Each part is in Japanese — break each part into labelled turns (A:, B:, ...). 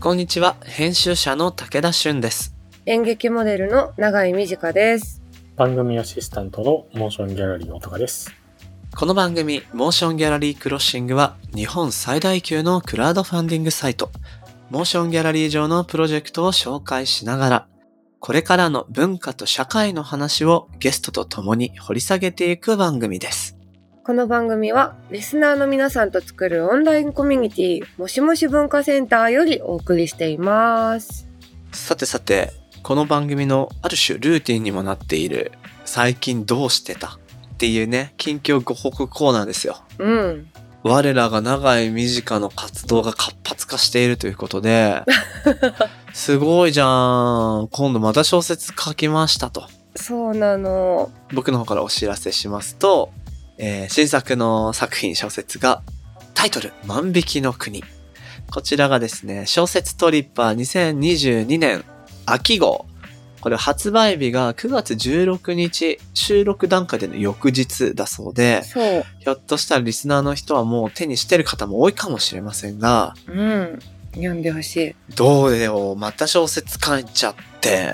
A: こんにちは編集者の武田俊です
B: 演劇モデルの永井美智香です。
C: 番組アシスタントのモーションギャラリーのとかです。
A: この番組モーションギャラリークロッシングは日本最大級のクラウドファンディングサイトモーションギャラリー上のプロジェクトを紹介しながらこれからの文化と社会の話をゲストと共に掘り下げていく番組です
B: この番組はリスナーの皆さんと作るオンラインコミュニティもしもし文化センターよりお送りしています。
A: さてさてこの番組のある種ルーティンにもなっている最近どうしてたっていうね近況ご報告コーナーですよ
B: うん。
A: 我らが長井美智香の活動が活発化しているということで、すごいじゃん。今度また小説書きましたと。
B: そうなの。
A: 僕の方からお知らせしますと、えー新作の作品小説がタイトル「万引きの国」こちらがですね小説トリッパー2022年秋号これ発売日が9月16日収録段階での翌日だそうで
B: そう。
A: ひょっとしたらリスナーの人はもう手にしてる方も多いかもしれませんが
B: うん。読んでほしい。
A: どうよまた小説書いちゃって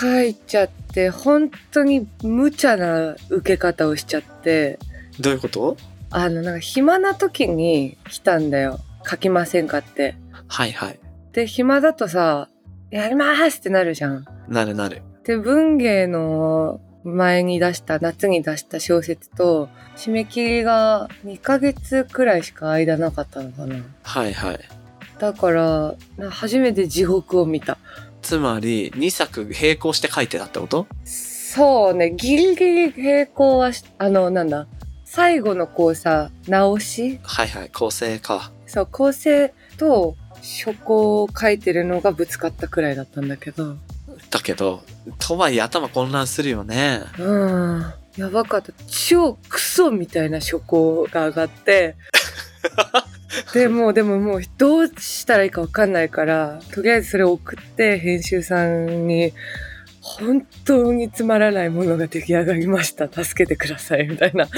B: 書いちゃって本当に無茶な受け方をしちゃって、
A: どういうこと
B: あのなんか暇な時に来たんだよ。書きませんかって。
A: はいはい
B: で暇だとさ、やりますってなるじゃん。
A: なるなる
B: で文芸の前に出した夏に出した小説と締め切りが2ヶ月くらいしか間なかったのかな
A: はいはい
B: だからな初めて地獄を見た
A: つまり2作並行して書いてたってこと
B: そうねギリギリ並行はしあのなんだ最後のこうさ直し
A: はいはい構成か
B: そう構成と書稿を書いてるのがぶつかったくらいだったんだけど
A: だけどとはいえ頭混乱するよ ね
B: うんやばかった超クソみたいな書稿が上がってでもうでももうどうしたらいいか分かんないからとりあえずそれを送って編集さんに「本当につまらないものが出来上がりました助けてください」みたいな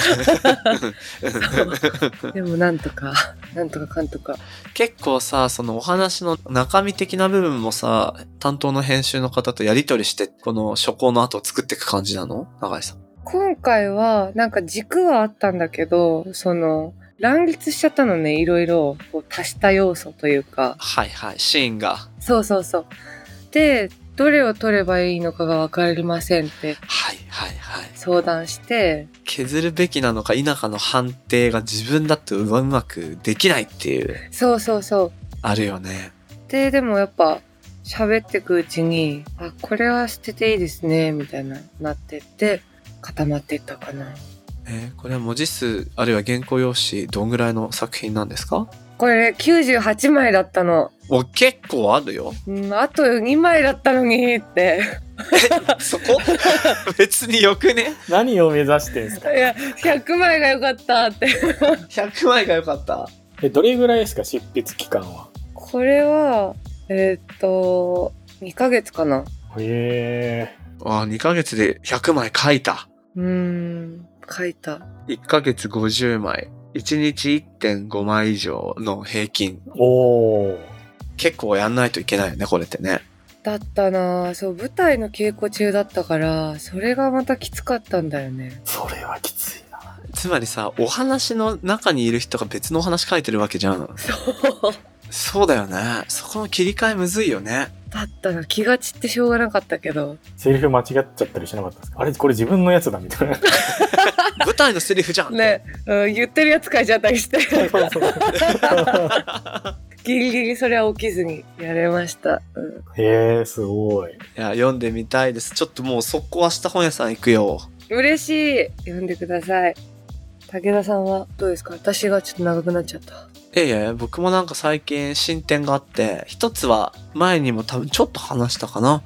B: でもなんとかなんとかかんとか
A: 結構さそのお話の中身的な部分もさ担当の編集の方とやり取りしてこの初稿の後を作っていく感じなの永井さん
B: 今回はなんか軸はあったんだけどその乱立しちゃったのねいろいろこう足した要素というか
A: はいはいシーンが
B: そうそうそうでどれを取ればいいのかが分かりませんって
A: はいはいはい
B: 相談して
A: 削るべきなのか否かの判定が自分だってうまくできないっていう
B: そうそうそう
A: あるよね
B: ででもやっぱ喋ってくうちにあこれは捨てていいですねみたいななってって固まっていったかな
A: えーこれは文字数あるいは原稿用紙どんぐらいの作品なんですか
B: これ98枚だったの、
A: お結構あるよ
B: うん、あと2枚だったのにって
A: そこ 別によくね
C: 何を目指してんす
B: い
C: か
B: や100枚が良かったって
A: 100枚がよかった
C: え、どれぐらいですか執筆期間は。
B: これはえーっと2ヶ月かな
C: へ
A: あ2ヶ月で100枚書いた
B: うーん書いた
A: 1ヶ月50枚1日1.5枚以上の平均
C: ー。おー。
A: 結構やんないといけないよねこれってね
B: だったなぁそう舞台の稽古中だったからそれがまたきつかったんだよね
C: それはきついな。
A: つまりさお話の中にいる人が別のお話書いてるわけじゃん
B: そう
A: そうだよねそこの切り替えむずいよね
B: だったな気が散ってしょうがなかったけど
C: セリフ間違っちゃったりしなかったですかあれ、これ自分のやつだみたいな。
A: 舞台のセリフじゃんって
B: ね、うん、言ってるやつ書いちゃったりして
C: そうそう
B: ギリギリそれは起きずにやれました、うん、
C: へえ、すごい。
A: いや読んでみたいですちょっともう速攻明日本屋さん行くよ
B: 嬉しい読んでください武田さんはどうですか私がちょっと長くなっちゃった
A: いやいや、僕もなんか最近進展があって、一つは前にも多分ちょっと話したかな。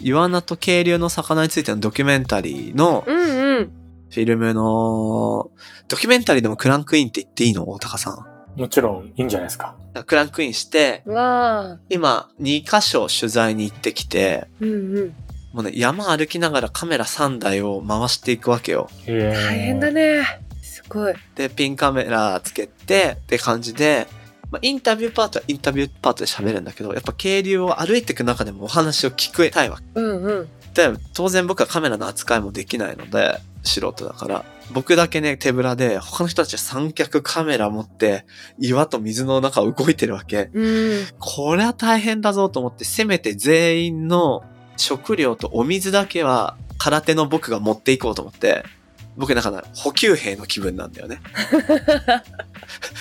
A: イワナと渓流の魚についてのドキュメンタリーの
B: うんうん
A: フィルムの、ドキュメンタリーでもクランクインって言っていいの大高さん。
C: もちろん、いいんじゃないですか。
A: クランクインして、
B: わあ
A: 今2カ所取材に行ってきて、
B: うんうん
A: もうね、山歩きながらカメラ3台を回していくわけよ。
C: へえ。
B: 大変だねすごい
A: で、ピンカメラつけてって感じで、まあ、インタビューパートはインタビューパートで喋るんだけど、やっぱ渓流を歩いていく中でもお話を聞くたいわけ
B: うんうん。
A: で当然僕はカメラの扱いもできないので素人だから僕だけね手ぶらで他の人たちは三脚カメラ持って岩と水の中を動いてるわけ
B: うん。
A: これは大変だぞと思ってせめて全員の食料とお水だけは空手の僕が持っていこうと思って僕なんか補給兵の気分なんだよね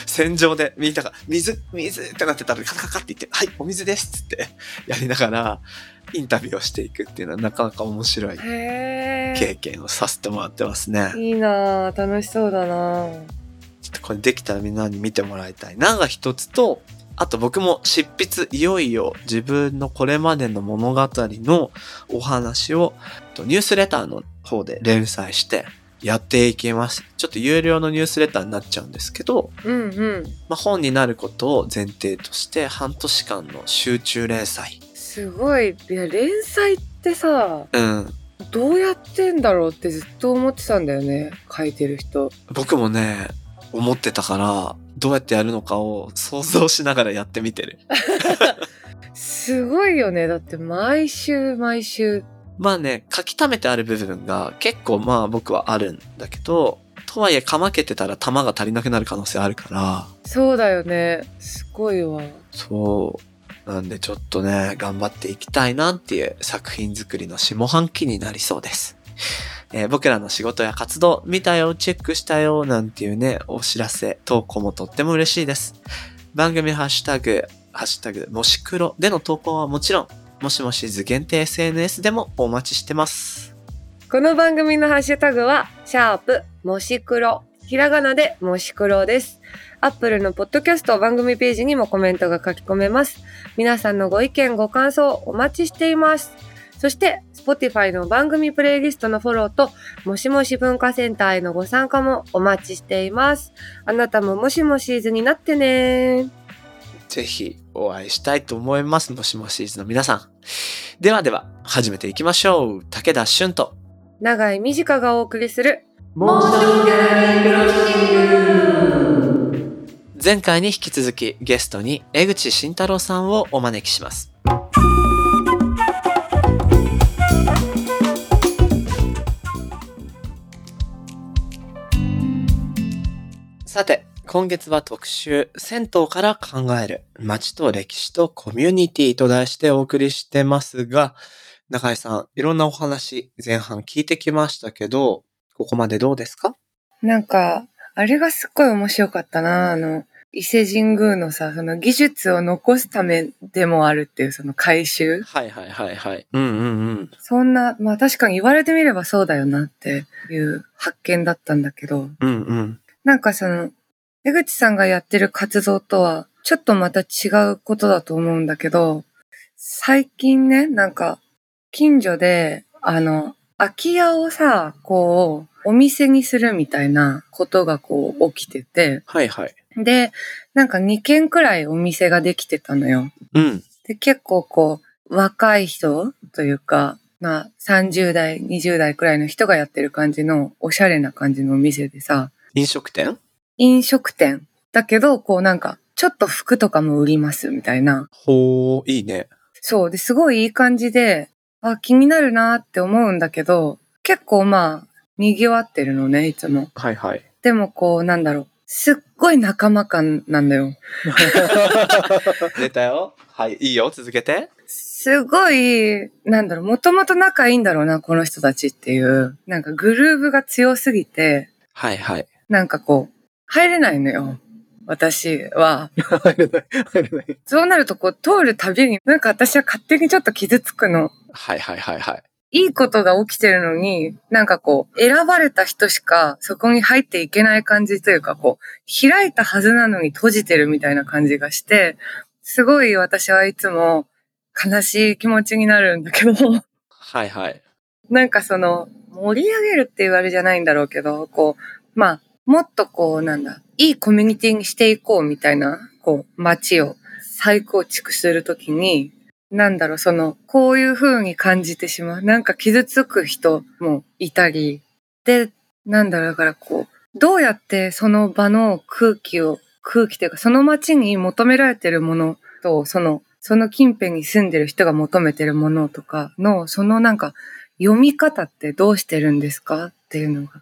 A: 戦場でみんなが水水ってなってたらカカカって言って「はいお水です」っつってやりながらインタビューをしていくっていうのはなかなか面白い
B: へ
A: 経
B: え。
A: 験をさせてもらってますね。
B: いいなあ楽しそうだなあ
A: ちょっとこれできたらみんなに見てもらいたいなが一つと、あと僕も執筆いよいよ自分のこれまでの物語のお話をとニュースレターの方で連載してやっていきます。ちょっと有料のニュースレターになっちゃうんですけど、
B: うんうん。
A: まあ、本になることを前提として半年間の集中連載。
B: すごい。いや、連載ってさ、
A: うん。
B: どうやってんだろうってずっと思ってたんだよね。書いてる人。
A: 僕もね、思ってたから、どうやってやるのかを想像しながらやってみてる。
B: すごいよね。だって毎週毎週。
A: まあね、書き溜めてある部分が結構まあ僕はあるんだけど、とはいえかまけてたら玉が足りなくなる可能性あるから、
B: そうだよね。すごいわ。
A: そう。なんでちょっとね、頑張っていきたいなっていう作品作りの下半期になりそうです。えー僕らの仕事や活動、見たよ、チェックしたよ、なんていうね、お知らせ、投稿もとっても嬉しいです。番組ハッシュタグ、ハッシュタグ、もし黒での投稿はもちろん、もしもし図限定 SNS でもお待ちしてます。
B: この番組のハッシュタグは、シャープ、もし黒。ひらがなで、もし黒です。アップルのポッドキャスト番組ページにもコメントが書き込めます。皆さんのご意見、ご感想、お待ちしています。そして、Spotify の番組プレイリストのフォローと、もしもし文化センターへのご参加もお待ちしています。あなたももしもしーずになってね
A: ぜひお会いしたいと思います。もしもシーズの皆さん。ではでは、始めていきましょう。武田俊と。
B: 長井美智香がお送りする、
A: 前回に引き続きゲストに江口慎太郎さんをお招きします。さて、今月は特集、銭湯から考える、街と歴史とコミュニティと題してお送りしてますが、中井さん、いろんなお話、前半聞いてきましたけど、ここまでどうですか
B: なんか、あれがすっごい面白かったな。あの、伊勢神宮のさ、その技術を残すためでもあるっていうその回収。
A: はいはいはいはい。うんうんうん。
B: そんな、まあ確かに言われてみればそうだよなっていう発見だったんだけど、
A: うんうん。
B: なんかその、江口さんがやってる活動とは、ちょっとまた違うことだと思うんだけど、最近ね、なんか、近所で、あの、空き家をさ、こう、お店にするみたいなことがこう起きてて、
A: はいはい。
B: で、なんか2軒くらいお店ができてたのよ。
A: うん。
B: で、結構こう、若い人というか、まあ30代、20代くらいの人がやってる感じのおしゃれな感じのお店でさ、
A: 飲食店
B: 飲食店だけど、こうなんか、ちょっと服とかも売りますみたいな。
A: ほう、いいね。
B: そう。で、すごいいい感じで、あ、気になるなって思うんだけど、結構まあ、賑わってるのね、いつも。
A: はいはい。
B: でもこう、なんだろう。すっごい仲間感なんだよ。
A: 出たよ。はい、いいよ、続けて。
B: すごい、なんだろう、もともと仲いいんだろうな、この人たちっていう。なんかグルーブが強すぎて、
A: はい はい。
B: なんかこう、入れないのよ。私は。
C: 入れない、入れない。
B: そうなるとこう、通るたびに、なんか私は勝手にちょっと傷つくの。
A: はいはいはいはい。
B: いいことが起きてるのに、なんかこう、選ばれた人しかそこに入っていけない感じというか、こう、開いたはずなのに閉じてるみたいな感じがして、すごい私はいつも悲しい気持ちになるんだけど。
A: はいはい。
B: なんかその、盛り上げるって言われじゃないんだろうけど、こう、まあ、もっとこう、なんだ、いいコミュニティにしていこうみたいな、こう、街を再構築するときに、なんだろう、その、こういう風に感じてしまう。なんか傷つく人もいたり、で、なんだろう、だからこう、どうやってその場の空気を空気というか、その街に求められてるものと、その、その近辺に住んでる人が求めてるものとかの、そのなんか、読み方ってどうしてるんですかっていうのが。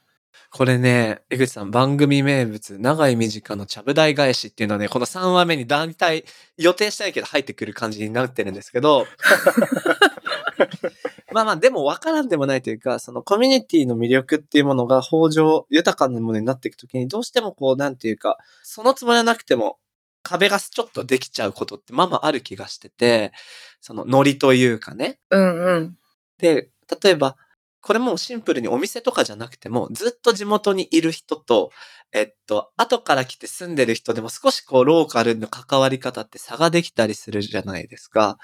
A: これね、江口さん番組名物、長い短のちゃぶ台返しっていうのはね、この3話目に団体予定したいけど入ってくる感じになってるんですけど、まあまあ、でも分からんでもないというか、そのコミュニティの魅力っていうものが豊穣、豊かなものになっていくときに、どうしてもこう、なんていうか、そのつもりはなくても、壁がちょっとできちゃうことってまあまあある気がしてて、そのノリというかね、
B: うんうん。
A: で、例えば、これもうシンプルにお店とかじゃなくても、ずっと地元にいる人と、えっと、後から来て住んでる人でも少しこうローカルの関わり方って差ができたりするじゃないですか。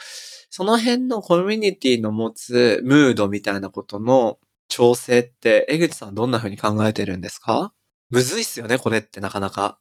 A: その辺のコミュニティの持つムードみたいなことの調整って、江口さんはどんな風に考えてるんですかむずいっすよね、これってなかなか。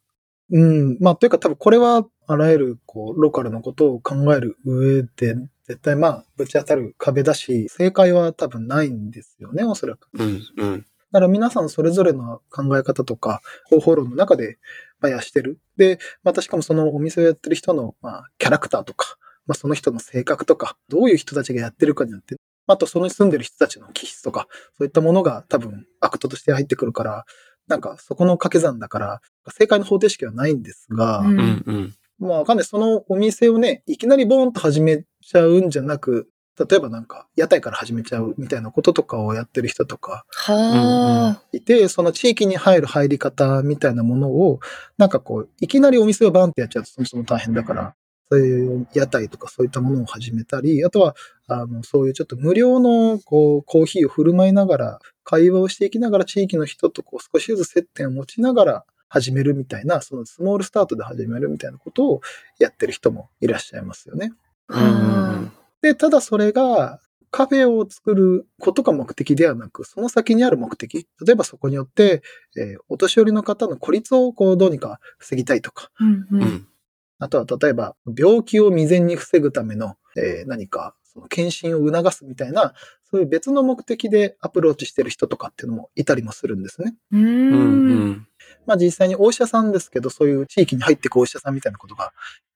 D: うん。まあ、というか多分これは、あらゆる、こう、ローカルのことを考える上で、絶対まあ、ぶち当たる壁だし、正解は多分ないんですよね、おそらく。
A: うん、うん。
D: だから皆さんそれぞれの考え方とか方法論の中で、まあ、やしてる。で、またしかもそのお店をやってる人の、まあ、キャラクターとか、まあ、その人の性格とか、どういう人たちがやってるかによって、あとその住んでる人たちの気質とか、そういったものが多分アクトとして入ってくるから、なんかそこの掛け算だから、正解の方程式はないんですが、
B: うん
A: うん、うん。
D: まあわかんない。そのお店をね、いきなりボーンと始めちゃうんじゃなく、例えばなんか屋台から始めちゃうみたいなこととかをやってる人とか、
B: はあ。
D: いて、その地域に入る入り方みたいなものを、なんかこう、いきなりお店をバンってやっちゃうとそもそも大変だから、そういう屋台とかそういったものを始めたり、あとは、あの、そういうちょっと無料の、こう、コーヒーを振る舞いながら、会話をしていきながら地域の人とこう少しずつ接点を持ちながら始めるみたいな、そのスモールスタートで始めるみたいなことをやってる人もいらっしゃいますよね。
A: うん
D: で、ただそれが、カフェを作ることが目的ではなく、その先にある目的。例えばそこによって、えーお年寄りの方の孤立をこうどうにか防ぎたいとか、
B: うんう。
A: うんん。
D: あとは例えば病気を未然に防ぐための、えー何かその検診を促すみたいな、そういう別の目的でアプローチしてる人とかっていうのもいたりもするんですね。
B: う
A: うん、うん
B: ん。
D: まあ実際にお医者さんですけど、そういう地域に入ってくお医者さんみたいなことが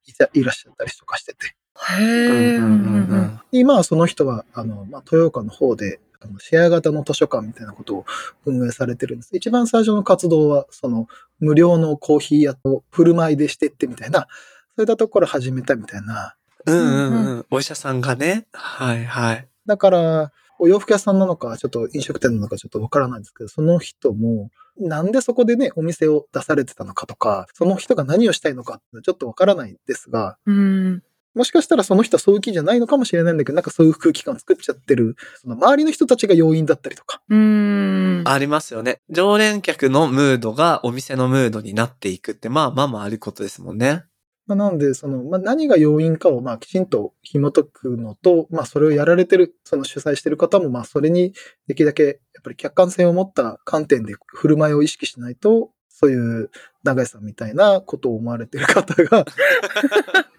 D: いたいらっしゃったりとかしてて。
B: へえ。
A: うう
B: うんんうん
A: うんん
D: 今はその人は、あの、まあ、豊岡の方で、あのシェア型の図書館みたいなことを運営されてるんです。一番最初の活動は、その、無料のコーヒー屋と振る舞いでしてってみたいな、そういったところ始めたみたいな。
A: うんうんうん。お医者さんがね。はいはい。
D: だから、お洋服屋さんなのか、ちょっと飲食店なのかちょっとわからないんですけど、その人も、なんでそこでね、お店を出されてたのかとか、その人が何をしたいのかっていうのはちょっとわからないですが、
B: うん。
D: もしかしたらその人はそういう気じゃないのかもしれないんだけど、なんかそういう空気感を作っちゃってる、その周りの人たちが要因だったりとか。
B: うん。
A: ありますよね。常連客のムードがお店のムードになっていくって、まあまあまああることですもんね。
D: まあ、なんで、その、まあ、何が要因かを、まあ、きちんと紐解くのと、まあ、それをやられてる、その主催してる方も、まあ、それにできるだけ、やっぱり客観性を持った観点で振る舞いを意識しないと、そういう長井さんみたいなことを思われてる方が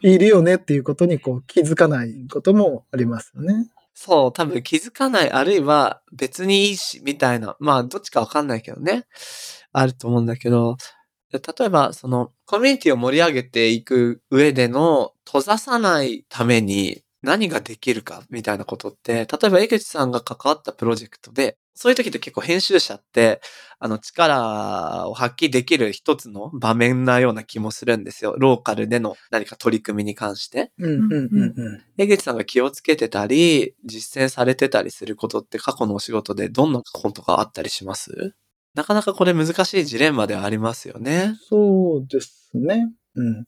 D: いるよねっていうことにこう気づかないこともありますよね。
A: そう、多分気づかない、あるいは別にいいし、みたいな。まあ、どっちかわかんないけどね。あると思うんだけど、例えば、その、コミュニティを盛り上げていく上での、閉ざさないために何ができるか、みたいなことって、例えば江口さんが関わったプロジェクトで、そういう時って結構編集者って、あの、力を発揮できる一つの場面なような気もするんですよ。ローカルでの何か取り組みに関して。
D: うんうんうんうん。
A: 江口さんが気をつけてたり、実践されてたりすることって過去のお仕事でどんなことがあったりしますなかなかこれ難しいジレンマではありますよね。
D: そうですね。うん。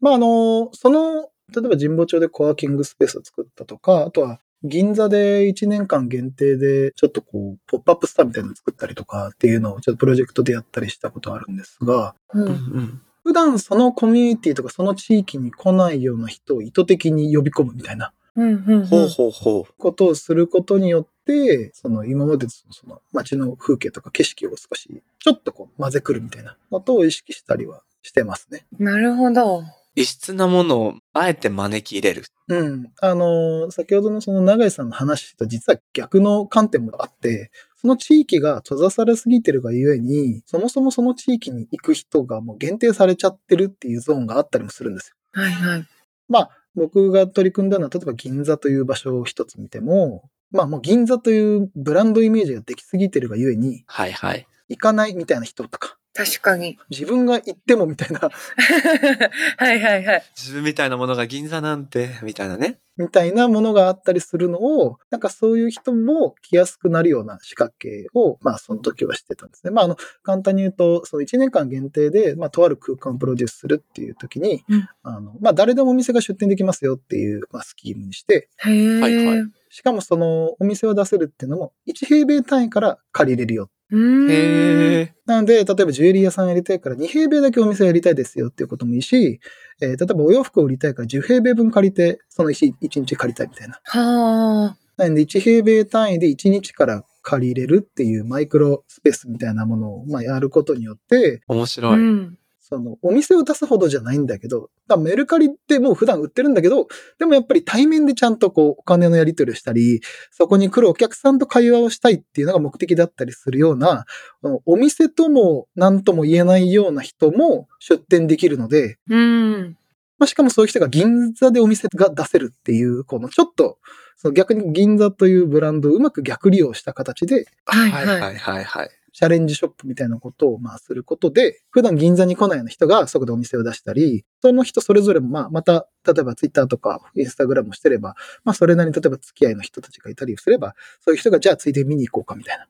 D: まあ、あの、その、例えば神保町でコワーキングスペースを作ったとか、あとは銀座で1年間限定で、ちょっとこう、ポップアップスターみたいなのを作ったりとかっていうのを、ちょっとプロジェクトでやったりしたことあるんですが、
B: う
A: うん
B: ん
D: 普段そのコミュニティとかその地域に来ないような人を意図的に呼び込むみたいな
B: うんうん。
A: ほうほうほ
D: ことをすることによって、その今までのその街の風景とか景色を少し、ちょっとこう混ぜくるみたいなことを意識したりはしてますね。
B: なるほど。
A: 異質なものをあえて招き入れる。
D: うん。あの、先ほどのその永井さんの話と実は逆の観点もあって、その地域が閉ざされすぎてるがゆえに、そもそもその地域に行く人がもう限定されちゃってるっていうゾーンがあったりもするんですよ。
B: はいはい。
D: まあ、僕が取り組んだのは、例えば銀座という場所を一つ見ても、まあもう銀座というブランドイメージができすぎてるがゆえに、
A: はいはい。
D: 行かないみたいな人とか、
B: 確かに。
D: 自分が行ってもみたいな、
B: はいはいはい。
A: 自分みたいなものが銀座なんて、みたいなね。
D: みたいなものがあったりするのを、なんかそういう人も来やすくなるような仕掛けを、まあその時はしてたんですね。まああの、簡単に言うと、その1年間限定で、まあとある空間をプロデュースするっていう時に、
B: うん
D: あの、まあ誰でもお店が出店できますよっていう、まあ、スキームにして、
B: へえ。
A: はいはい
D: しかもそのお店を出せるっていうのも、1平米単位から借りれるよ。
B: うーん。
A: へ
B: え。
A: え。
D: なので、例えばジュエリー屋さんやりたいから2平米だけお店やりたいですよっていうこともいいし、えー例えばお洋服を売りたいから10平米分借りて、その 1, 日借りたいみたいな。
B: はあ。
D: なので、1平米単位で1日から借り入れるっていうマイクロスペースみたいなものを、まあ、やることによって、
A: 面白い。
B: うん。
D: その、お店を出すほどじゃないんだけど、だからメルカリってもう普段売ってるんだけど、でもやっぱり対面でちゃんとこう、お金のやり取りをしたり、そこに来るお客さんと会話をしたいっていうのが目的だったりするような、あのお店とも何とも言えないような人も出店できるので、
B: うん。
D: まあ、しかもそういう人が銀座でお店が出せるっていう、このちょっと、その逆に銀座というブランドをうまく逆利用した形で、
B: はい
A: は
B: はいい
A: はいはい はい。
D: チャレンジショップみたいなことをまあすることで、普段銀座に来ないような人がそこでお店を出したり、その人それぞれもまあまた、例えばツイッターとかインスタグラムをしてれば、まあそれなりに例えば付き合いの人たちがいたりすれば、そういう人がじゃあついで見に行こうかみたいな。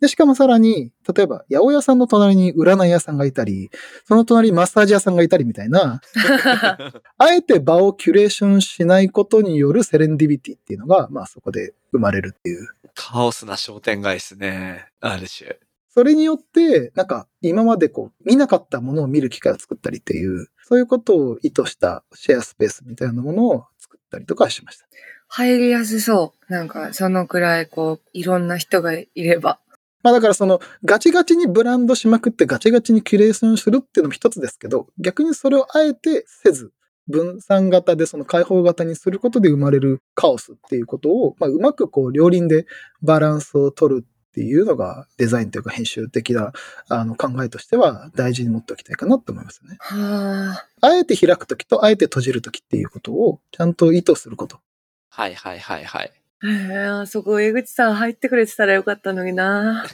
D: で、しかもさらに、例えば、八百屋さんの隣に占い屋さんがいたり、その隣にマッサージ屋さんがいたりみたいな、あえて場をキュレーションしないことによるセレンディビティっていうのが、まあそこで生まれるっていう。
A: カオスな商店街ですね。ある種。
D: それによって、なんか今までこう見なかったものを見る機会を作ったりっていう、そういうことを意図したシェアスペースみたいなものを作ったりとかしました。
B: 入りやすそう。なんか、そのくらい、こう、いろんな人がいれば。
D: まあだからそのガチガチにブランドしまくってガチガチにキュレーションするっていうのも一つですけど、逆にそれをあえてせず、分散型でその開放型にすることで生まれるカオスっていうことを、まあ、うまくこう両輪でバランスを取るっていうのがデザインというか編集的なあの考えとしては大事に持っておきたいかなと思いますね。
B: はあ。
D: あえて開くときと、あえて閉じるときっていうことを、ちゃんと意図すること。
A: はいはいはいはい。
B: えー、あそこ、江口さん入ってくれてたらよかったのにな。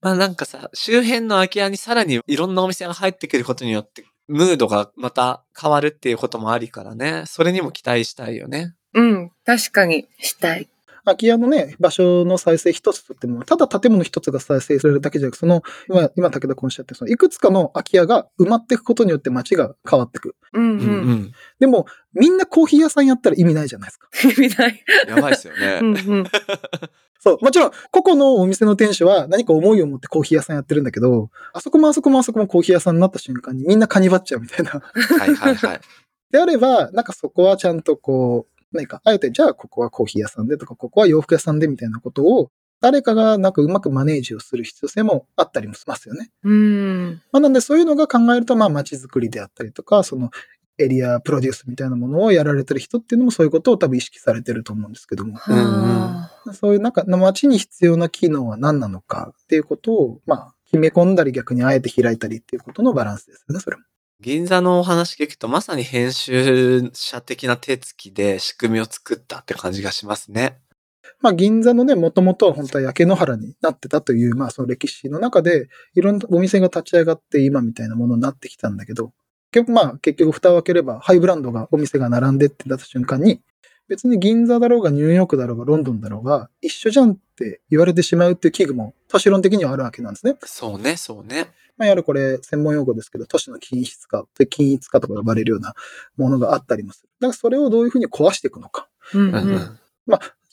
A: まあなんかさ、周辺の空き家にさらにいろんなお店が入ってくることによって、ムードがまた変わるっていうこともありからね。それにも期待したいよね。
B: うん、確かに、したい。
D: 空き家のね、場所の再生一つとっても、ただ建物一つが再生されるだけじゃなく、その、今、今武田君おっしゃって、その、いくつかの空き家が埋まっていくことによって街が変わっていく。
B: うん、
A: う
B: うん。
A: うんん。
D: でも、みんなコーヒー屋さんやったら意味ないじゃないですか。
B: 意味ない。
A: やばいですよね
B: う。ん、うん。
D: そう。もちろん、個々のお店の店主は何か思いを持ってコーヒー屋さんやってるんだけど、あそこもあそこもあそこもコーヒー屋さんになった瞬間にみんなカニバっちゃうみたいな。
A: はいはいはい。
D: であれば、なんかそこはちゃんとこう、何か、あえて、じゃあここはコーヒー屋さんでとか、ここは洋服屋さんでみたいなことを、誰かがなんかうまくマネージをする必要性もあったりもしますよね。
B: うん。
D: まあ、なんでそういうのが考えると、まあ街づくりであったりとか、そのエリアプロデュースみたいなものをやられてる人っていうのもそういうことを多分意識されてると思うんですけども、
B: はあ。
D: そういうなんか街に必要な機能は何なのかっていうことを、まあ、決め込んだり逆にあえて開いたりっていうことのバランスですよね、それも。
A: 銀座のお話聞くとまさに編集者的な手つきで仕組みを作ったって感じがしますね。
D: まあ、銀座のね、もともとは本当は焼け野原になってたという、まあ、その歴史の中で、いろんなお店が立ち上がって、今みたいなものになってきたんだけど、結局、まあ、結局、蓋を開ければ、ハイブランドが、お店が並んでってなった瞬間に、別に銀座だろうが、ニューヨークだろうが、ロンドンだろうが、一緒じゃんって言われてしまうっていう危惧も、都市論的にはあるわけなんですね。
A: そうね、そうね。
D: まあ、いわゆるこれ、専門用語ですけど、都市の均質化、均一化とか呼ばれるようなものがあったりもする。だから、それをどういうふうに壊していくのか。
B: うん、
A: う
B: うん。
A: うんん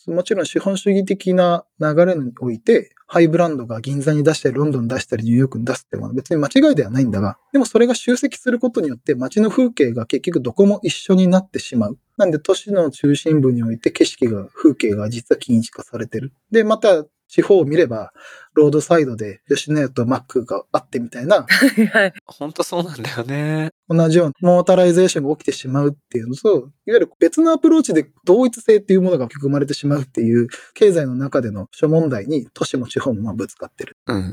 D: もちろん資本主義的な流れにおいて、ハイブランドが銀座に出したり、ロンドンに出したり、ニューヨークに出すっていうのは別に間違いではないんだが、でもそれが集積することによって街の風景が結局どこも一緒になってしまう。なんで都市の中心部において景色が、風景が実は禁止化されてる。で、また地方を見れば、ロードサイドで吉野家とマックがあってみたいな、
B: はいはい。
A: ほんとそうなんだよね。
D: 同じようなモータライゼーションが起きてしまうっていうのと、いわゆる別のアプローチで同一性っていうものが含まれてしまうっていう、経済の中での諸問題に都市も地方もまあぶつかってる。
A: うんうん。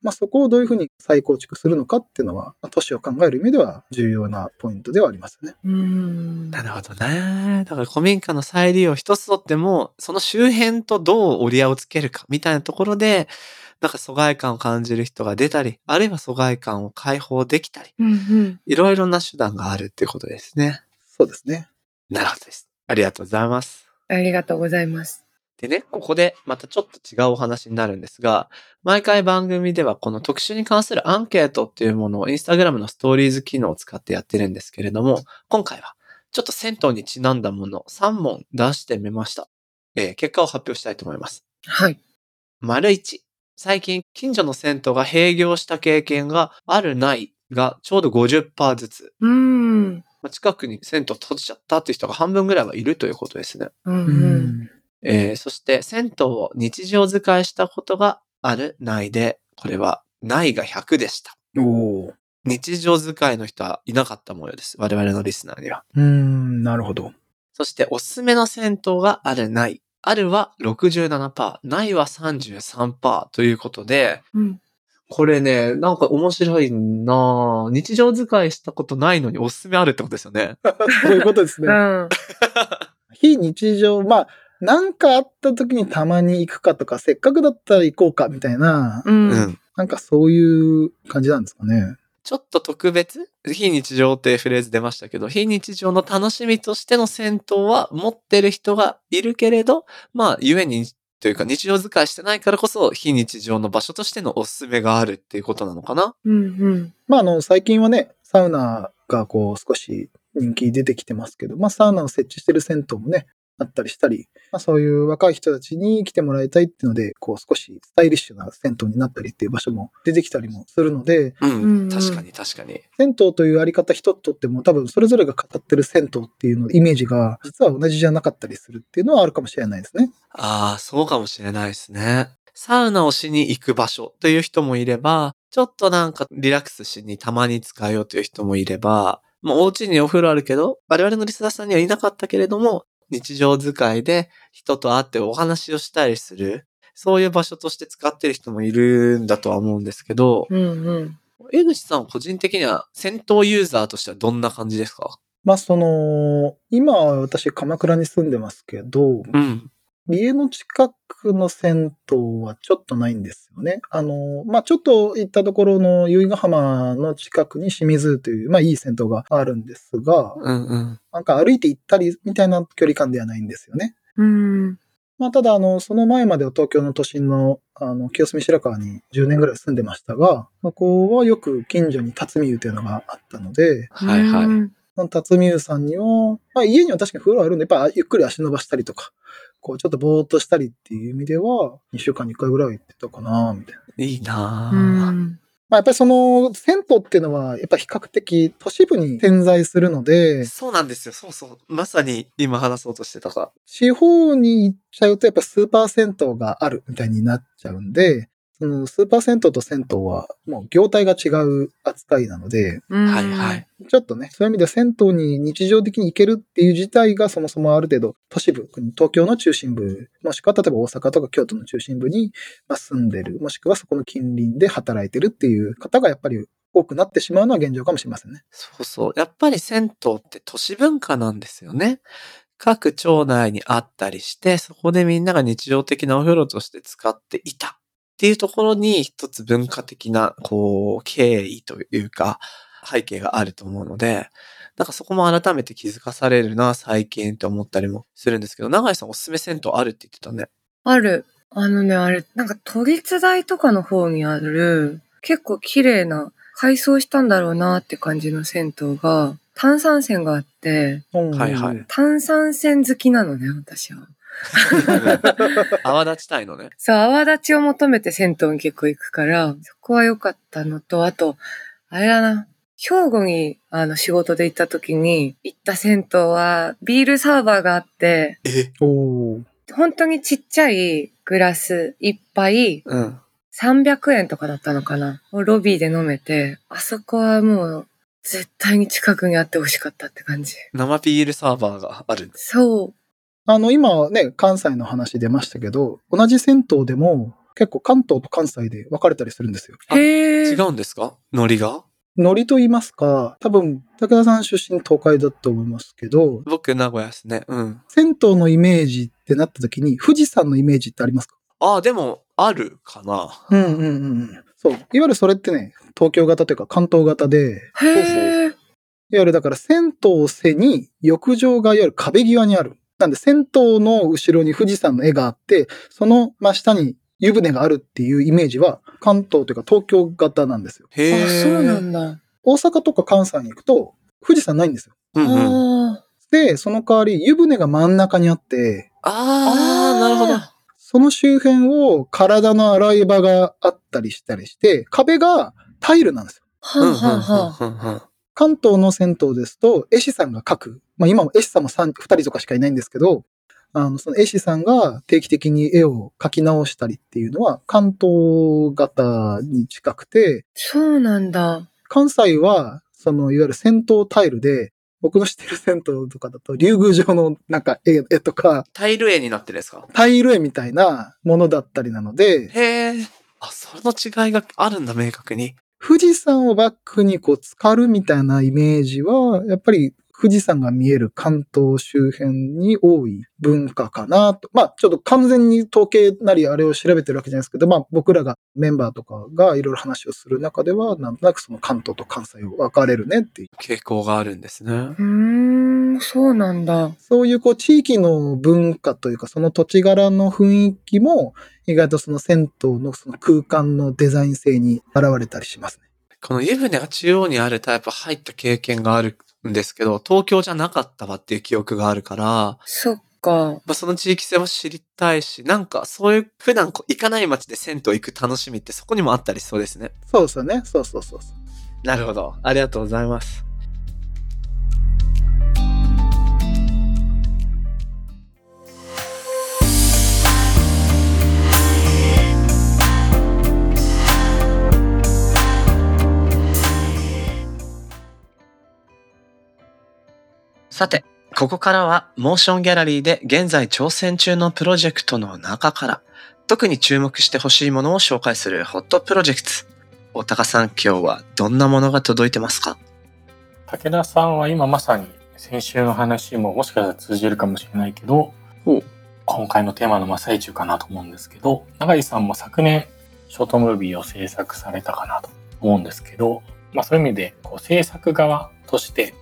D: まあそこをどういうふうに再構築するのかっていうのは、まあ都市を考える意味では重要なポイントではありますよね。
B: うん。
A: なるほどね。だから古民家の再利用一つとっても、その周辺とどう折り合いをつけるかみたいなところで、なんか疎外感を感じる人が出たり、あるいは疎外感を解放できたり、
B: うんうん。
A: いろいろな手段があるってことですね。
D: そうですね。
A: なるほどです。ありがとうございます。
B: ありがとうございます。
A: でね、ここでまたちょっと違うお話になるんですが、毎回番組ではこの特集に関するアンケートっていうものをインスタグラムのストーリーズ機能を使ってやってるんですけれども、今回はちょっと銭湯にちなんだもの3問出してみました。えー結果を発表したいと思います。
B: はい。
A: 丸1。最近、近所の銭湯が閉業した経験があるないがちょうど50%ずつ。
B: うん。
A: まあ近くに銭湯閉じちゃったっていう人が半分ぐらいはいるということですね。
B: うんうん。
D: ん。
A: えーそして、銭湯を日常使いしたことがある、ないで、これは、ないが100でした。
D: おー
A: 日常使いの人はいなかった模様です。我々のリスナーには。
D: うーん、なる ほど。
A: そして、おすすめの銭湯がある、ない。あるは67%、ないは33%ということで、
B: うん。
A: これね、なんか面白いなぁ日常使いしたことないのにおすすめあるってことですよね。
D: そういうことです
B: う
D: ね。
B: ん。
D: 非日常、まあ、なんかあった時にたまに行くかとか、せっかくだったら行こうかみたいな、
B: うん。
A: う
B: うん
A: ん。
D: なんかそういう感じなんですかね。
A: ちょっと特別非日常ってフレーズ出ましたけど、非日常の楽しみとしての銭湯は持ってる人がいるけれど、まあ、ゆえに、というか日常使いしてないからこそ、非日常の場所としてのおすすめがあるっていうことなのかな
B: うん。
D: まあ、あの、最近はね、サウナがこう、少し人気出てきてますけど、まあ、サウナを設置してる銭湯もね、あったりしたり、まあ、そういう若い人たちに来てもらいたいっていうので、こう、少しスタイリッシュな銭湯になったりっていう場所も出てきたりもするので、
A: うん
B: うん
A: 確かに確かに。
D: 銭湯というあり方一つとっても多分それぞれが語ってる銭湯っていうのイメージが実は同じじゃなかったりするっていうのはあるかもしれないですね。
A: ああ、そうかもしれないですね。サウナをしに行く場所という人もいれば、ちょっとなんかリラックスしにたまに使うよという人もいれば、もうお家にお風呂あるけど、我々のリスナーさんにはいなかったけれども、日常使いで人と会ってお話をしたりする、そういう場所として使ってる人もいるんだとは思うんですけど、
B: うん。うん。
A: 江口さん個人的には戦闘ユーザーとしてはどんな感じですか
D: まあその、今は私鎌倉に住んでますけど、
A: うん。
D: 家の近くの銭湯はちょっとないんですよね。あの、まあ、ちょっと行ったところの由比ヶ浜の近くに清水という、まあ、いい銭湯があるんですが、
A: うんうん。
D: なんか歩いて行ったりみたいな距離感ではないんですよね。
B: うん。
D: まあ、ただ、あの、その前までは東京の都心の、あの、清澄白河に10年ぐらい住んでましたが、そこはよく近所に辰巳湯というのがあったので、
A: はいはい。
B: い。
D: その辰巳湯さんには、まあ、家には確かに風呂あるんで、やっぱゆっくり足伸ばしたりとか、こう、ちょっとぼーっとしたりっていう意味では、2週間に1回ぐらいは行ってたかな、みたいな。
A: いいな
B: う
A: ぁ
B: ん。
D: まあ、やっぱりその、銭湯っていうのは、やっぱ比較的都市部に点在するので、
A: そうなんですよ。そうそう。まさに今話そうとしてたか。
D: 地方に行っちゃうとやっぱスーパー銭湯があるみたいになっちゃうんで、そのスーパー銭湯と銭湯はもう業態が違う扱いなので、
B: うん
A: はいはい。。
D: ちょっとね、そういう意味では銭湯に日常的に行けるっていう事態がそもそもある程度都市部、東京の中心部、もしくは例えば大阪とか京都の中心部にまあ住んでる、もしくはそこの近隣で働いてるっていう方がやっぱり多くなってしまうのは現状かもしれませんね。
A: そうそう。やっぱり銭湯って都市文化なんですよね。各町内にあったりして、そこでみんなが日常的なお風呂として使っていたっていうところに一つ文化的な、こう、経緯というか、背景があると思うので、なんかそこも改めて気づかされるな、最近って思ったりもするんですけど、永井さんおすすめ銭湯あるって言ってた ね。
B: ある。あのね、あれ、なんか都立大とかの方にある、結構綺麗な、改装したんだろうなって感じの銭湯が、炭酸泉があって、
A: はいはい。
B: 炭酸泉好きなのね、私は。
A: 泡立ちたいのね。
B: そう、泡立ちを求めて銭湯に結構行くから、そこは良かったのと、あと、あれだな、兵庫にあの仕事で行った時に行った銭湯はビールサーバーがあって、
A: え
D: おー
B: 本当にちっちゃいグラス一杯
A: うん。
B: 300円とかだったのかな。をロビーで飲めて、あそこはもう絶対に近くにあってほしかったって感じ。
A: 生ビールサーバーがあるんです。
B: そう。
D: あの、今ね、関西の話出ましたけど、同じ銭湯でも結構関東と関西で分かれたりするんですよ。
A: あ
B: へえ。
A: 違うんですかノリが
D: ノリと言いますか、多分、武田さん出身東海だと思いますけど、
A: 僕、名古屋ですね。うん。
D: 銭湯のイメージってなった時に、富士山のイメージってありますか
A: ああ、でも、あるかな。
D: うんうんうん。そう。いわゆるそれってね、東京型というか関東型で、
B: へえ。
D: いわゆるだから銭湯を背に浴場がいわゆる壁際にある。なんで銭湯の後ろに富士山の絵があって、その真下に湯船があるっていうイメージは関東というか東京型なんですよ。
A: へえ。
B: あ、そうなんだ。
D: 大阪とか関西に行くと富士山ないんですよ。
A: うんうん。
B: ああ。
D: で、その代わり湯船が真ん中にあって、
A: ああ、なるほど。
D: その周辺を体の洗い場があったりしたりして、壁がタイルなんですよ。
B: はんはんは
A: うんうんうんうんうん
D: 関東の銭湯ですと、絵師さんが描く。まあ今も絵師さんも3 2人とかしかいないんですけど、あの、その絵師さんが定期的に絵を描き直したりっていうのは関東型に近くて、
B: そうなんだ。
D: 関西は、その、いわゆる銭湯タイルで、僕の知ってる銭湯とかだと、竜宮城のなんか絵絵とか、
A: タイル絵になってるんですか
D: タイル絵みたいなものだったりなので、
A: へえ。あ、その違いがあるんだ、明確に。
D: 富士山をバックにこう浸かるみたいなイメージは、やっぱり富士山が見える関東周辺に多い文化かなと。まあ、ちょっと完全に統計なりあれを調べてるわけじゃないですけど、まあ僕らがメンバーとかがいろいろ話をする中では、なんとなくその関東と関西を分かれるねっていう。
A: 傾向があるんですね。
B: うーん、そうなんだ。
D: そういうこう地域の文化というか、その土地柄の雰囲気も、意外とその銭湯のその空間のデザイン性に現れたりしますね。
A: この湯船が中央にあるタイプ入った経験があるんですけど、東京じゃなかったわっていう記憶があるから、ま
B: そっか。
A: あ、その地域性も知りたいし、なんかそういう普段こう行かない街で銭湯行く楽しみってそこにもあったりしそうですね。
D: そうですよね。そうそうそうそう。
A: なるほど。ありがとうございます。さて、ここからはモーションギャラリーで現在挑戦中のプロジェクトの中から特に注目してほしいものを紹介するホットプロジェクト。おたかさん今日はどんなものが届いてますか
C: 武田さんは今まさに先週の話ももしかしたら通じるかもしれないけど
A: ほう
C: 今回のテーマの真っ最中かなと思うんですけど永井さんも昨年ショートムービーを制作されたかなと思うんですけど、まあ、そういう意味でこう制作側として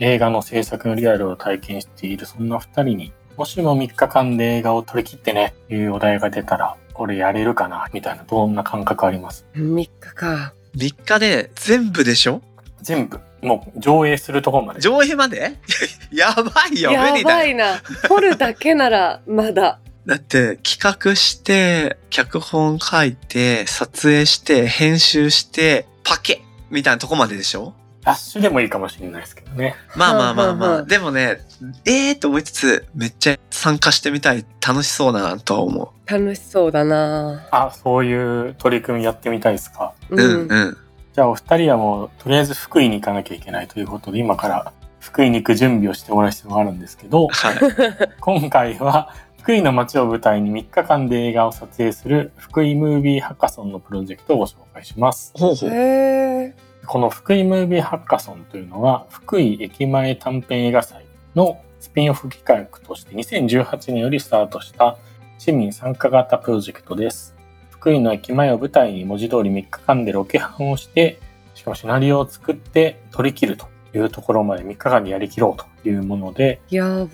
C: 映画の制作のリアルを体験しているそんな2人にもしも3日間で映画を取り切ってねというお題が出たらこれやれるかなみたいなどんな感覚あります
B: 3日か。
A: 3日で全部でしょ
C: 全部もう上映するところまで
A: 上映まで やばいよ無
B: や
A: 理
B: ば
A: だよ
B: いな。撮るだけならまだ。
A: だって企画して脚本書いて撮影して編集してパケみたいなとこまででしょ
C: ラッシュでもいいかもしれないですけどね
A: まあまあまあま
B: はあ
A: あ
B: はあ
A: でもねええー、と思いつつめっちゃ参加してみたい楽しそうだなとは思
B: 楽しそうだな。
C: あ、そういう取り組みやってみたいですか。
A: ううんうん
C: じゃあお二人はもうとりあえず福井に行かなきゃいけないということで今から福井に行く準備をしてもらう必要があるんです けど
A: はい
C: 今回は福井の街を舞台に3日間で映画を撮影する福井ムービーハッカソンのプロジェクトをご紹介します。
A: ほうほう
B: へえ。
C: この福井ムービーハッカソンというのは福井駅前短編映画祭のスピンオフ企画として2018年よりスタートした市民参加型プロジェクトです。福井の駅前を舞台に文字通り3日間でロケハンをして、しかもシナリオを作って取り切るというところまで3日間でやりきろうというもので、
B: やば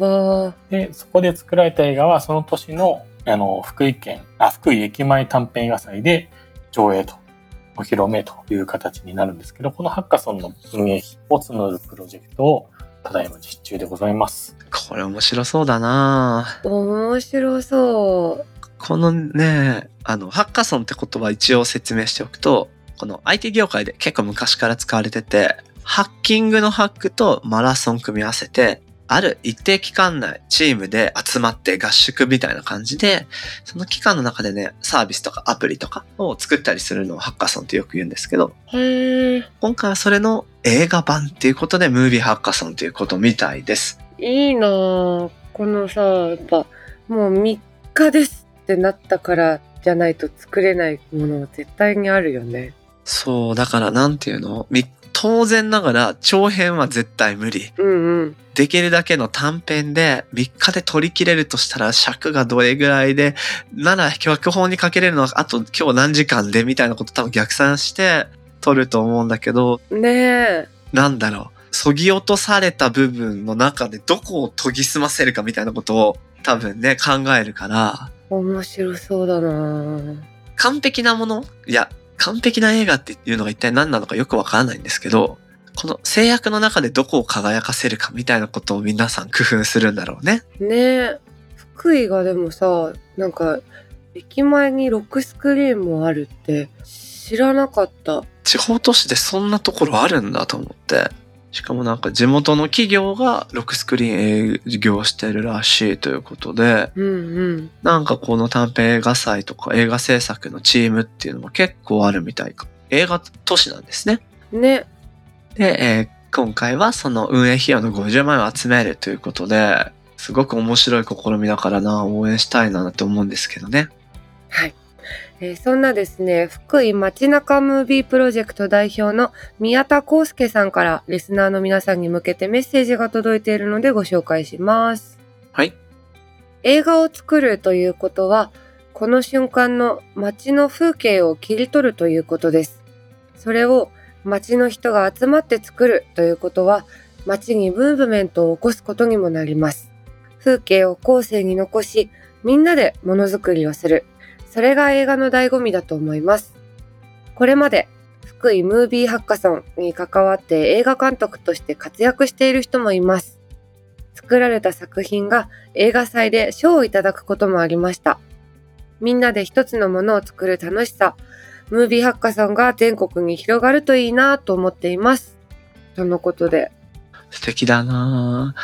B: ー。
C: で、そこで作られた映画はその年の、あの、福井県、あ、福井駅前短編映画祭で上映と、お披露目という形になるんですけど、このハッカソンの運営費を募るプロジェクトを、ただいま実施中でございます。
A: これ面白そうだな
B: 面白そう。
A: このね、あの、ハッカソンって言葉一応説明しておくと、この IT 業界で結構昔から使われてて、ハッキングのハックとマラソン組み合わせて、ある一定期間内、チームで集まって合宿みたいな感じで、その期間の中でね、サービスとかアプリとかを作ったりするのをハッカソンってよく言うんですけど、
B: へえ。
A: 今回はそれの映画版っていうことで、ムービーハッカソンっていうことみたいです。
B: いいなあこのさ、やっぱ、もう3日ですってなったからじゃないと作れないものは絶対にあるよね。
A: そう、だからなんていうのみ当然ながら長編は絶対無理。
B: うんうん。
A: できるだけの短編で3日で取り切れるとしたら尺がどれぐらいで、なら脚本にかけれるのはあと今日何時間でみたいなこと多分逆算して取ると思うんだけど、
B: ねえ。
A: なんだろう、そぎ落とされた部分の中でどこを研ぎ澄ませるかみたいなことを多分ね、考えるから、
B: 面白そうだなあ
A: 完璧なものいや、完璧な映画っていうのが一体何なのかよくわからないんですけど、この制約の中でどこを輝かせるかみたいなことを皆さん工夫するんだろうね。
B: ねえ。福井がでもさ、なんか、駅前にロックスクリーンもあるって知らなかった。
A: 地方都市でそんなところあるんだと思って。しかもなんか地元の企業がロックスクリーン営業してるらしいということで、
B: うんうん。
A: なんかこの短編映画祭とか映画制作のチームっていうのも結構あるみたいか。映画都市なんですね。
B: ね。
A: で、えー今回はその運営費用の50万円を集めるということで、すごく面白い試みだからな、応援したいなと思うんですけどね。
B: はい。えーそんなですね、福井街中ムービープロジェクト代表の宮田康介さんからリスナーの皆さんに向けてメッセージが届いているのでご紹介します。
A: はい。
B: 映画を作るということは、この瞬間の街の風景を切り取るということです。それを街の人が集まって作るということは、街にムーブメントを起こすことにもなります。風景を後世に残し、みんなでものづくりをする。それが映画の醍醐味だと思います。これまで福井ムービーハッカソンに関わって映画監督として活躍している人もいます。作られた作品が映画祭で賞をいただくこともありました。みんなで一つのものを作る楽しさ、ムービーハッカソンが全国に広がるといいなと思っています。とのことで。
A: 素敵だな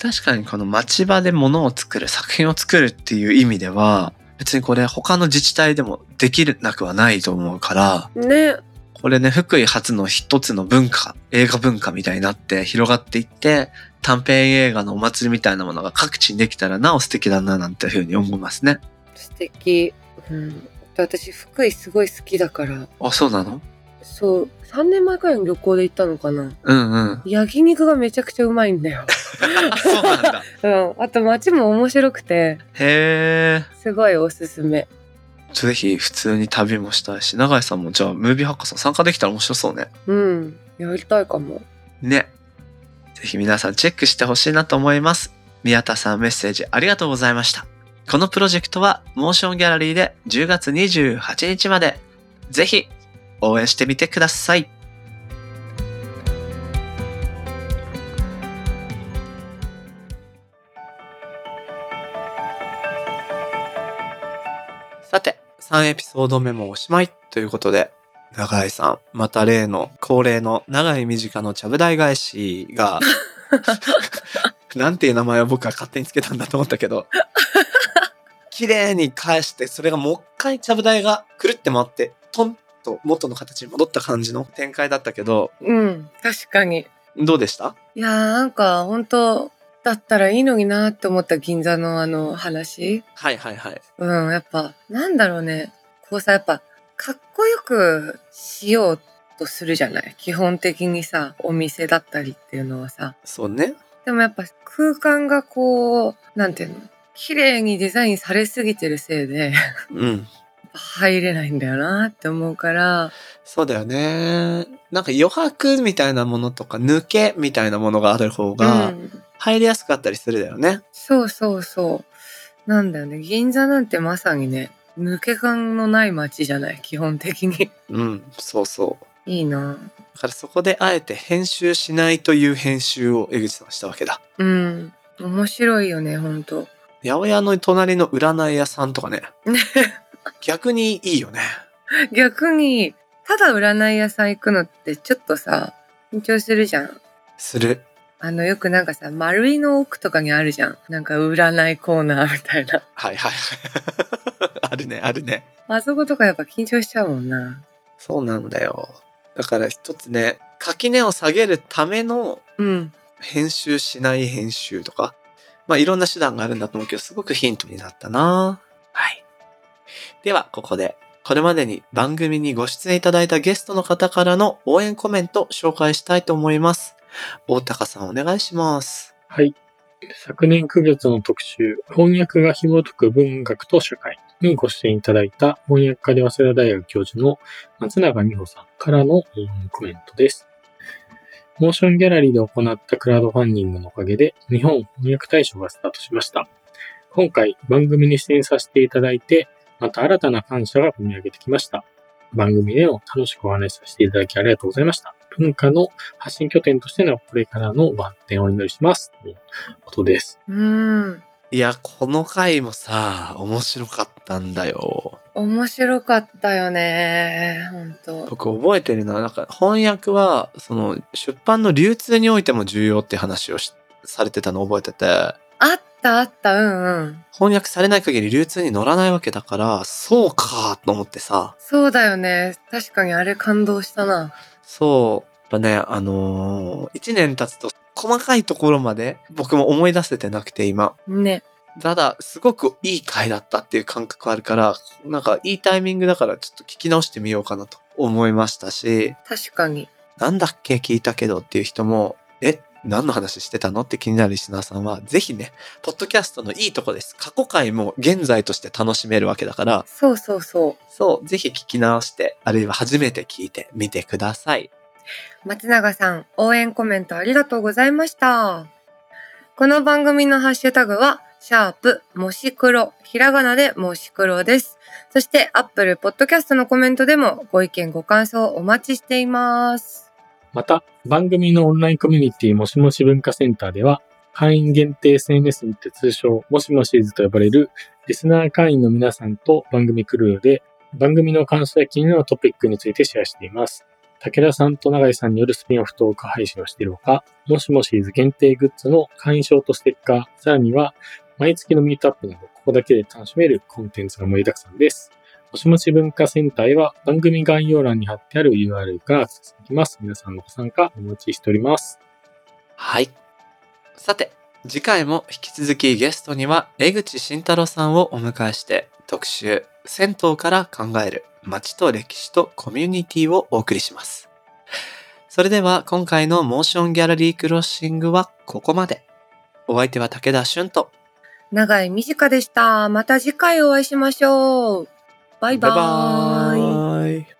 A: 確かにこの町場で物を作る、作品を作るっていう意味では、別にこれ他の自治体でもできなくはないと思うから、
B: ね、
A: これね、福井初の一つの文化、映画文化みたいになって広がっていって、短編映画のお祭りみたいなものが各地にできたらなお素敵だななんていうふうに思いますね。
B: 素敵。うん、私福井すごい好きだから、
A: あ、そうなの
B: そう、3年前くらいの旅行で行ったのかな。
A: うんうん。
B: 焼肉がめちゃくちゃうまいんだよ。
A: あ、 そうなんだ。
B: うん。あと街も面白くて、
A: へえ。
B: すごいおすすめ。
A: ぜひ普通に旅もしたいし、永井さんもじゃあムービーハッカーさん参加できたら面白そうね。
B: うん。やりたいかも。
A: ね。ぜひ皆さんチェックしてほしいなと思います。宮田さんメッセージありがとうございました。このプロジェクトはモーションギャラリーで10月28日まで、ぜひ応援してみてください。さて、3エピソード目もおしまいということで、永井さん、また例の恒例の永井美近のちゃぶ台返し が、なんていう名前を僕は勝手につけたんだと思ったけど、綺麗に返して、それがもう一回ちゃぶ台がくるって回って、トンと元の形に戻った感じの展開だったけど、
B: うん。確かに。
A: どうでした
B: いやーなんか本当だったらいいのになーって思った銀座のあの話。
A: はいはいはい。
B: うん。やっぱ、なんだろうね。こうさ、やっぱ、かっこよくしようとするじゃない基本的にさ、お店だったりっていうのはさ。
A: そうね。
B: でもやっぱ空間がこう、なんていうの綺麗にデザインされすぎてるせいで、
A: うん。
B: 入れないんだよなって思うから、
A: そうだよね。なんか余白みたいなものとか抜けみたいなものがある方
B: う
A: が
B: ん
A: 入りやすかったりするだよね。
B: そうそうそう。なんだよね。銀座なんてまさにね、抜け感のない街じゃない、基本的に。
A: うん、そうそう。
B: いいな
A: だからそこであえて編集しないという編集を江口さんはしたわけだ。
B: うん。面白いよね、ほんと。
A: 八百屋の隣の占い屋さんとかね。逆にいいよね。
B: 逆に、ただ占い屋さん行くのってちょっとさ、緊張するじゃん。
A: する。
B: あの、よくなんかさ、丸いの奥とかにあるじゃん。なんか占いコーナーみたいな。
A: はいはい。 あるね、あるね。
B: あそことかやっぱ緊張しちゃうもんな。
A: そうなんだよ。だから一つね、垣根を下げるための
B: うん。
A: 編集しない編集とか、まあいろんな手段があるんだと思うけど、すごくヒントになったなはい。では、ここで、これまでに番組にご出演いただいたゲストの方からの応援コメント紹介したいと思います。大高さんお願いします。
C: はい。昨年9月の特集、翻訳が紐解く文学と社会にご出演いただいた翻訳家で早稲田大学教授の松永美穂さんからのコメントです。モーションギャラリーで行ったクラウドファンディングのおかげで日本翻訳大賞がスタートしました。今回番組に出演させていただいて、また新たな感謝が込み上げてきました。番組での楽しくお話しさせていただきありがとうございました。文化の発信拠点としてのこれからの発展をお祈りします。ということです。
B: うん。
A: いや、この回もさ、面白かったんだよ。
B: 面白かったよね。ほんと。
A: 僕覚えてるのは、なんか翻訳は、その出版の流通においても重要って話をしされてたのを覚えてて、
B: あったあった、うんうん。
A: 翻訳されない限り流通に乗らないわけだから、そうかと思ってさ、
B: そうだよね。確かにあれ感動したな。
A: そう、やっぱね、あのー、一年経つと細かいところまで僕も思い出せてなくて今。
B: ね。
A: ただ、すごくいい回だったっていう感覚あるから、なんかいいタイミングだからちょっと聞き直してみようかなと思いましたし、
B: 確かに。
A: なんだっけ聞いたけどっていう人も、え、何の話してたのって気になるリスナーさんは、ぜひね、ポッドキャストのいいとこです。過去回も現在として楽しめるわけだから、
B: そうそうそ
A: そう、ぜひ聞き直して、あるいは初めて聞いてみてください。
B: う。松永さん、応援コメントありがとうございました。この番組のハッシュタグは、シャープ、もし黒、ひらがなでもし黒です。そして、アップルポッドキャストのコメントでもご意見、ご感想お待ちしています。
C: また、番組のオンラインコミュニティもしもし文化センターでは、会員限定 SNS にて通称、もしもしーずと呼ばれる、リスナー会員の皆さんと番組クルーで、番組の感想や気になるトピックについてシェアしています。武田さんと永井さんによるスピンオフトーク配信をしているほか、もしもしーず限定グッズの会員証とステッカー、さらには、毎月のミートアップなど、ここだけで楽しめるコンテンツが盛りだくさんです。もしもし文化センターへは番組概要欄に貼ってある URL からアクセスできます。皆さんのご参加お待ちしております。
A: はい。さて、次回も引き続きゲストには江口慎太郎さんをお迎えして特集「銭湯から考える街と歴史とコミュニティ」をお送りします。それでは今回のモーションギャラリークロッシングはここまで。お相手は武田俊と
B: 長井美智香でした。また次回お会いしましょう。バイバーイ。
A: バイバーイ